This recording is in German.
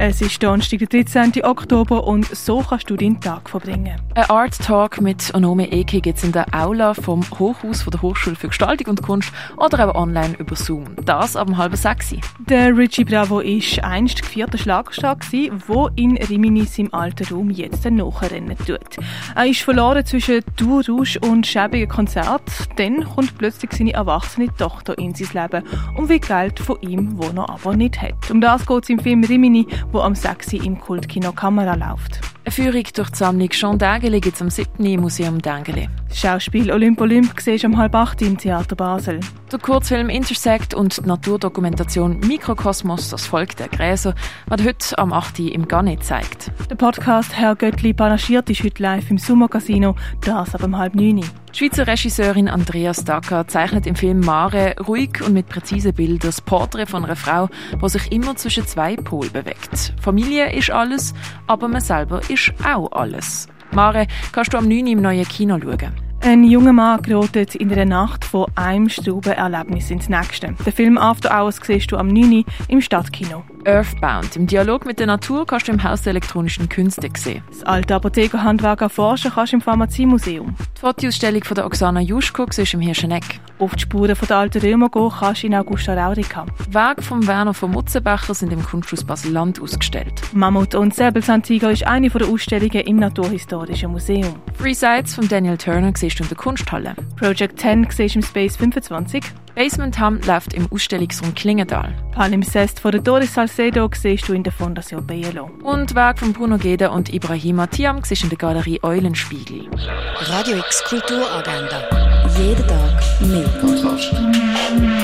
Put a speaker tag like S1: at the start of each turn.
S1: Es ist Donnerstag, der 13. Oktober und so kannst du deinen Tag verbringen.
S2: Ein Art Talk mit Onome Eke gibt es in der Aula vom Hochhaus von der Hochschule für Gestaltung und Kunst oder aber online über Zoom. Das ab um halb sechs.
S1: Der Richie Bravo ist einst vierter Schlagstar, gewesen, wo in Rimini seinem alten Raum jetzt nachrennen tut. Er ist verloren zwischen Durausch und schäbigen Konzert. Dann kommt plötzlich seine erwachsene Tochter in sein Leben und will Geld von ihm, wo er aber nicht hat. Um das geht es im Film Rimini, wo am 6. Uhr im Kultkino Kamera läuft.
S2: Eine Führung durch die Sammlung Jean Dengeli gibt es am 7. im Museum Dengeli.
S1: Das Schauspiel Olymp Olymp siehst du um halb acht im Theater Basel.
S2: Der Kurzfilm Intersect und die Naturdokumentation Mikrokosmos, das Volk der Gräser, wird heute am 8. Uhr im Garnet zeigt.
S1: Der Podcast Herr Göttli panaschiert ist heute live im Summercasino, das ab um halb neun.
S2: Die Schweizer Regisseurin Andreas Dacker zeichnet im Film Mare ruhig und mit präzisen Bildern das Porträt von einer Frau, die sich immer zwischen zwei Polen bewegt. Familie ist alles, aber man selber ist auch alles. Mare kannst du am 9. Uhr im neuen Kino schauen.
S1: Ein junger Mann gerotet in einer Nacht von einem Straubenerlebnis ins nächste. Den Film After Hours siehst du am 9. Uhr im Stadtkino.
S2: Earthbound. Im Dialog mit der Natur kannst du im Haus der elektronischen Künste sehen.
S1: Das alte Apothekerhandwerk erforschen kannst du im Pharmaziemuseum.
S2: Die Fotoausstellung von der Oksana Juschko siehst du im Hirscheneck.
S1: Auf die Spuren von der alten Römer gehen kannst du in Augusta Raurica.
S2: Werke von Werner von Mutzenbecher sind im Kunsthaus Basel-Land ausgestellt.
S1: Mammut und Säbelzahntiger ist eine der Ausstellungen im Naturhistorischen Museum.
S2: Free Sides von Daniel Turner siehst du in der Kunsthalle.
S1: Project 10 siehst du im Space 25.
S2: Basement Hum läuft im Ausstellungsraum Klingenthal.
S1: Palimpsest von der Doris Salcedo siehst du in der Fondation Bielo.
S2: Und Werk von Bruno Geda und Ibrahima Tiam siehst du in der Galerie Eulenspiegel.
S3: Radio X Kulturagenda. Jeden Tag mehr.